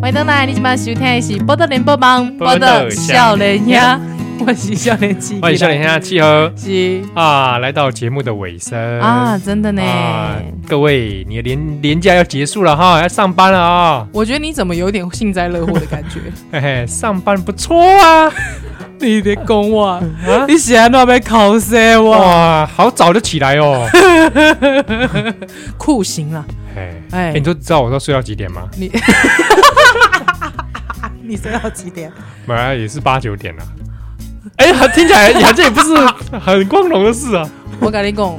欢迎回来，你今晚收听的是《报道联播网》，报报道道少少年呀，我是少年气，欢迎笑脸下契合 是啊，来到节目的尾声啊，真的呢。啊各位，你的年年假要结束了哈，要上班了啊、我觉得你怎么有点幸灾乐祸的感 觉？嘿嘿，上班不错啊，你别讲我，嗯你喜欢那边考死哦我，哇，好早就起来哦，酷刑啊！哎哎哎，你都知道我都睡到几点吗？你你睡到几点？本来也是八九点了、哎、还听起来好像也不是 很光荣的事啊。我跟你讲，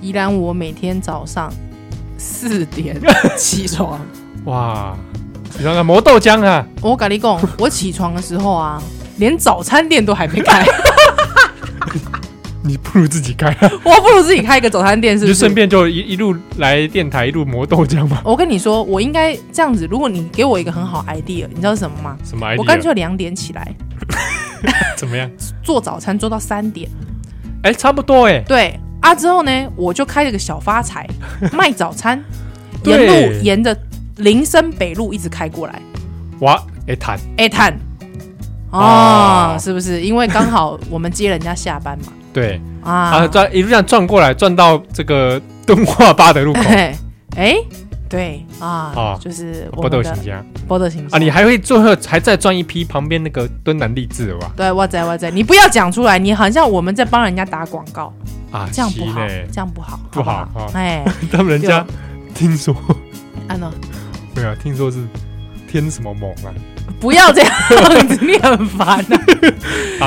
依然我每天早上四 点起床。哇，你看看磨豆浆啊，我跟你讲，我起床的时候啊，连早餐店都还没 开，你不如自己开、啊，我不如自己开一个早餐店，是你不就顺是？便就一一路来电台，一路磨豆浆嘛。我跟你说，我应该这样子。如果你给我一个很好 idea，你知道是什么吗？什么 idea？啊我干脆两点起来 怎么样？做早餐，做到三点。哎、差不多哎、对啊，之后呢，我就开了个小发 财，卖早餐，沿对路沿着林森北路一直开过来。哇，哎、谈哎，探，哦，啊是不是？因为刚好我们接人家下班嘛。对啊啊，，转一路这样转过来，转到这个敦化八德路 口，哎、对啊啊，就是我波们豆行的家波豆形啊，你还会最后还再转一批旁边那个敦南励志哦哇对，哇塞哇塞，你不要讲出来，你好像我们在帮人家打广告，啊，这样不好，是呢这样不好，不好好啊哎，他们人家听说 安诺，没有，听说是天什么猛啊。不要这样 子，你很烦啊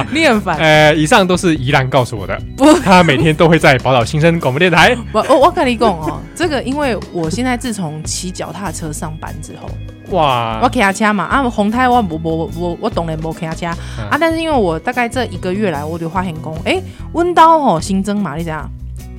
啊，你很烦。呃，以上都是宜兰告诉我的不，他每天都会在宝岛新生广播电 台。我我我跟你讲哦，这个因为我现在自从骑脚踏车上班之后，我哇，骑他车嘛，啊红胎我我我我我当然没骑他车嗯啊，但是因为我大概这一个月来，我就发现讲，诶，阮兜吼新增嘛，你知影？嗯啊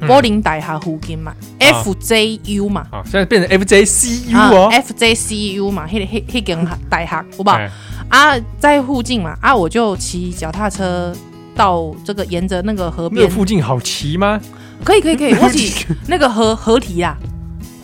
柏林大厦附近嘛，FJU 嘛，好，现在变成 FJCU 啊哦。 ，FJCU 嘛，迄个迄迄间大厦，好不好？哎啊，在附近嘛，啊，我就骑脚踏车到这个沿着那个河那边，附近好骑吗？可以可以 可以，我骑那个河河堤啦，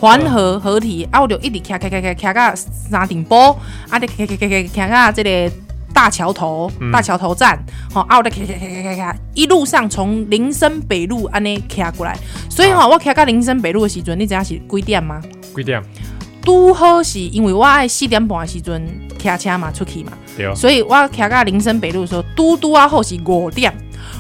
环河河堤，啊，我就一直骑骑骑骑骑到山顶坡，啊，再骑骑骑骑骑到这个大桥头，嗯大桥头站，吼、啊，我再骑骑骑骑骑骑，一路上从林森北路安尼骑过来，所以吼、我骑到林森北路的时阵，你知道是几点吗？几点？拄好是因为我爱四点半的时阵骑车嘛出去嘛，对哦，所以我骑到林森北路的时候，嘟嘟啊后是五点，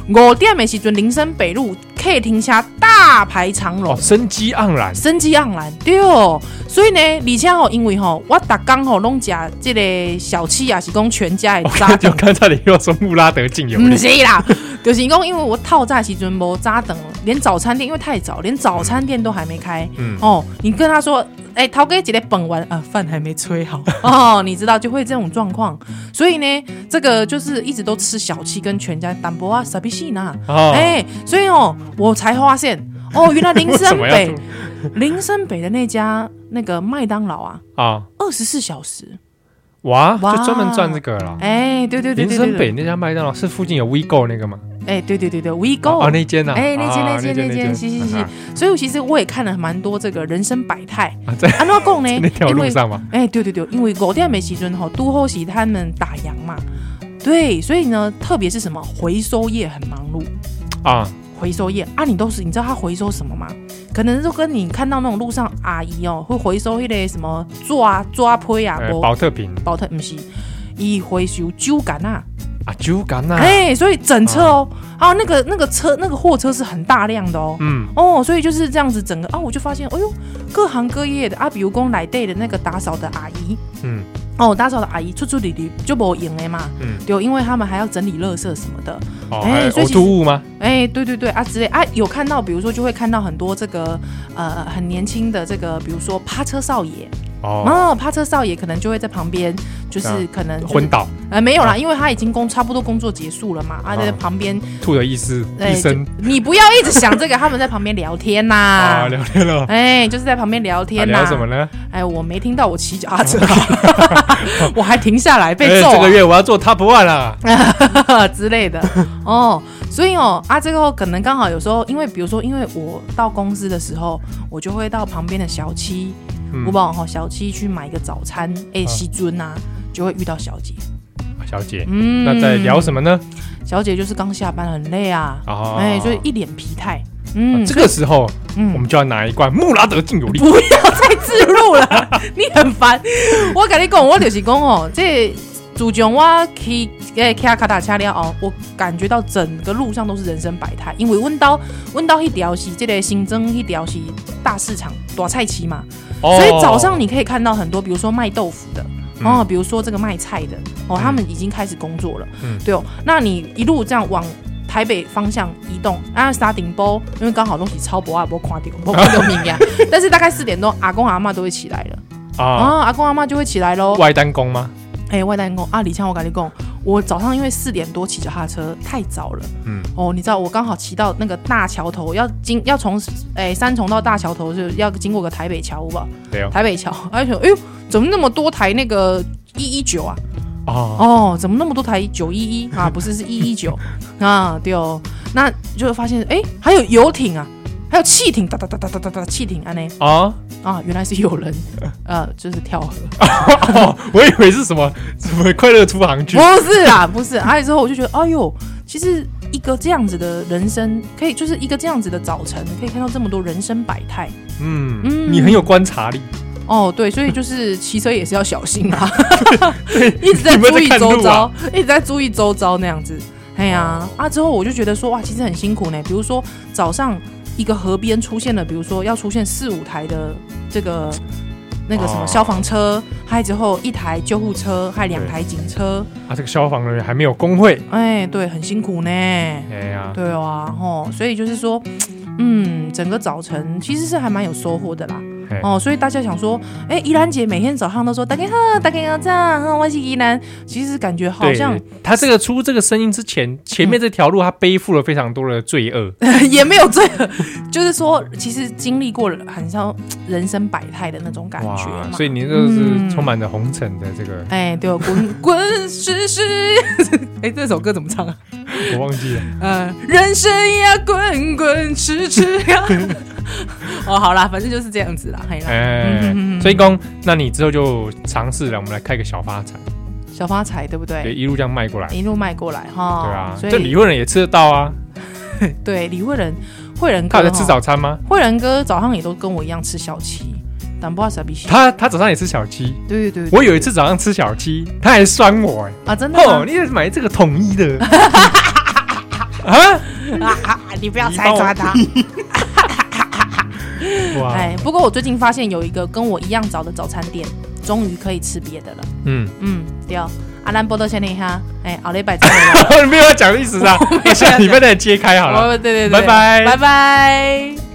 五点的时阵林森北路客停车大排长龙哦，。生机盎然。生机盎然，对哦。所以呢，而且吼、因为吼、我逐工吼拢食即个小吃，也是讲全家的我早刚 就顿。刚才你又说穆拉德进油毋力，是啦，就是讲，因为我套炸时阵无早等，连早餐店因为太早，连早餐店都还没开。嗯，哦，你跟他说，哎、陶哥姐姐本完啊，饭还没吹好 哦，你知道就会这种状况，所以呢，这个就是一直都吃小气跟全家淡薄啊，傻逼戏呢，哦，哎、所以哦，我才发现哦，原来林 为什森么要北吐 林森北的那家那个麦当劳啊，啊，二十四小时，哇，哇就专门赚这个了。哎、对对对林对对森北对，那家麦当劳是附近有 WeGo 那个吗？哎、对对对对，WeGo，、哦，那间呐，哎那间那啊间那间是是是啊所以其实我也看了蛮多这个人生百态，啊在安怎讲 那呢？条因路为上嘛，哎、对对对，因为狗店没时阵吼，都后期他们打烊嘛，对，所以呢，特别是什么回收业很忙碌，啊，回收业啊，你都是你知道他回收什么吗？可能就跟你看到那种路上阿姨哦，会回收一类什么抓抓胚啊，呃不保特瓶保特哎不是，伊回收酒干啊，啊，酒干呐，哎、所以整车哦，啊，那个那个车那个货车是很大量的哦。嗯，哦，所以就是这样子，整个啊，我就发现，哎呦，各行各业的啊，比如讲来 day 的那个打扫的阿姨，嗯，哦，打扫的阿姨出出理理就无用的嘛，嗯对，因为他们还要整理垃圾什么的，哦，哎还有所以呕其实吐物吗？哎，对对对啊之类啊，有看到，比如说就会看到很多这个呃很年轻的这个，比如说趴车少爷，哦，哦，趴车少爷可能就会在旁边，就是啊可能就是昏倒，呃没有啦，因为他已经工差不多工作结束了嘛，啊啊在旁边，吐的意思，哎医生哦就你不要一直想这个，他们在旁边聊天啊，呐。聊天了，啊哎，就是在旁边聊天呐、聊什么呢？哎，我没听到我骑脚踏 车， 我还停下来被哎揍、啊哎这个月我要做 Top One 啊啦， 之类 的哦。所以哦，啊，这个可能刚好有时候，因为比如说，因为我到公司的时候，我就会到旁边的小七嗯有无吼小七去买个早餐，哎、啊西尊啊，就会遇到小姐。小姐，嗯那在聊什么呢？小姐就是刚下班很累啊，哎、哦所以一脸疲态。嗯，啊这个时候嗯我们就要拿一罐穆拉德净油力，不要再自入了， 你很烦。我跟你讲，我就是讲哦，这自从我骑诶骑卡达车了哦，我感觉到整个路上都是人生百态，因为温到温到一条是这个新增一条是大市场大菜市嘛，嗯哦所以早上你你可以看到很多，比如说卖豆腐的。哦，比如说这个卖菜的哦，他们已经开始工作了，嗯对哦。那你一路这样往台北方向移动，啊，沙顶波，因为刚好东西超薄啊，不垮掉，不垮掉名呀。但是大概四点钟，阿公阿妈都会起来了，啊，啊，阿公阿妈就会起来喽。外单工吗？哎、外单工啊，李强，我跟你讲，我早上因为四点多骑脚踏车，太早了。嗯，哦，你知道我刚好骑到那个大桥头，要经要从哎、三重到大桥头，就要经过个台北桥吧，对哦，台北桥。而且，哎呦，怎么那么多台那个一一九啊？哦，哦，怎么那么多台九一一啊？不是，是一一九啊，对哦。那就会发现，哎，还有游艇啊，还有汽艇，哒哒哒哒哒哒哒，汽艇啊呢啊， 啊，原来是有人，呃，就是跳河，哦，我以为是什么什么快乐出航剧，不是啦，不是。还有之后我就觉得，哎呦，其实一个这样子的人生，可以就是一个这样子的早晨，可以看到这么多人生百态。嗯，嗯你很有观察力，哦，对，所以就是骑车也是要小心 啊， 一直在你们注意在看周路遭，啊一直在注意周遭那样子。哎呀、哦啊，之后我就觉得说，哇，其实很辛苦呢。比如说早上一个河边出现了，比如说要出现四五台的这个那个什么哦消防车，还有之后一台救护车，还有两对台警车，啊，这个消防人员还没有工会，哎，对，很辛苦呢。哎呀，对啊，吼，所以就是说，嗯，整个早晨其实是还蛮有收获的啦嘿。哦，所以大家想说，哎、宜兰姐每天早上都说大家好，大家好，这样，哼嗯我是宜兰，其实感觉好对像 他这个出这个声音之前，前面这条路他背负了非常多的罪恶，也没有罪恶，就是说，其实经历过了很少人生百态的那种感觉嘛。所以你就是嗯充满了红尘的这个，哎、对、哦，滚滚石石， 哎、这首歌怎么唱啊？我忘记了，呃，人生呀，滚滚石石 呀。哦，好啦，反正就是这样子啦，嘿啦，哎，嗯所以公，那你之后就尝试了，我们来开个小发财，小发财，对不对？对，一路这样卖过来，一路卖过来哈。对啊，哦所以这李慧仁也吃得到啊，对李慧仁，慧仁他哥有在吃哈早餐吗？慧仁哥早上也都跟我一样吃小七，但不知道啥比西。他他早上也吃小鸡，啊对对对，我有一次早上吃小鸡，他还酸我哎、啊，真的哦，吗你也买这个统一 的啊？啊啊啊你不要你拆帮我穿他。哇，啊哎，不过我最近发现有一个跟我一样早的早餐店，终于可以吃别的了。嗯， 嗯，对哦，阿兰波多先你哈，哎，奥利百再来 没有要讲的意思啊，那下礼拜再揭开好了。哦，对对对，拜拜拜拜。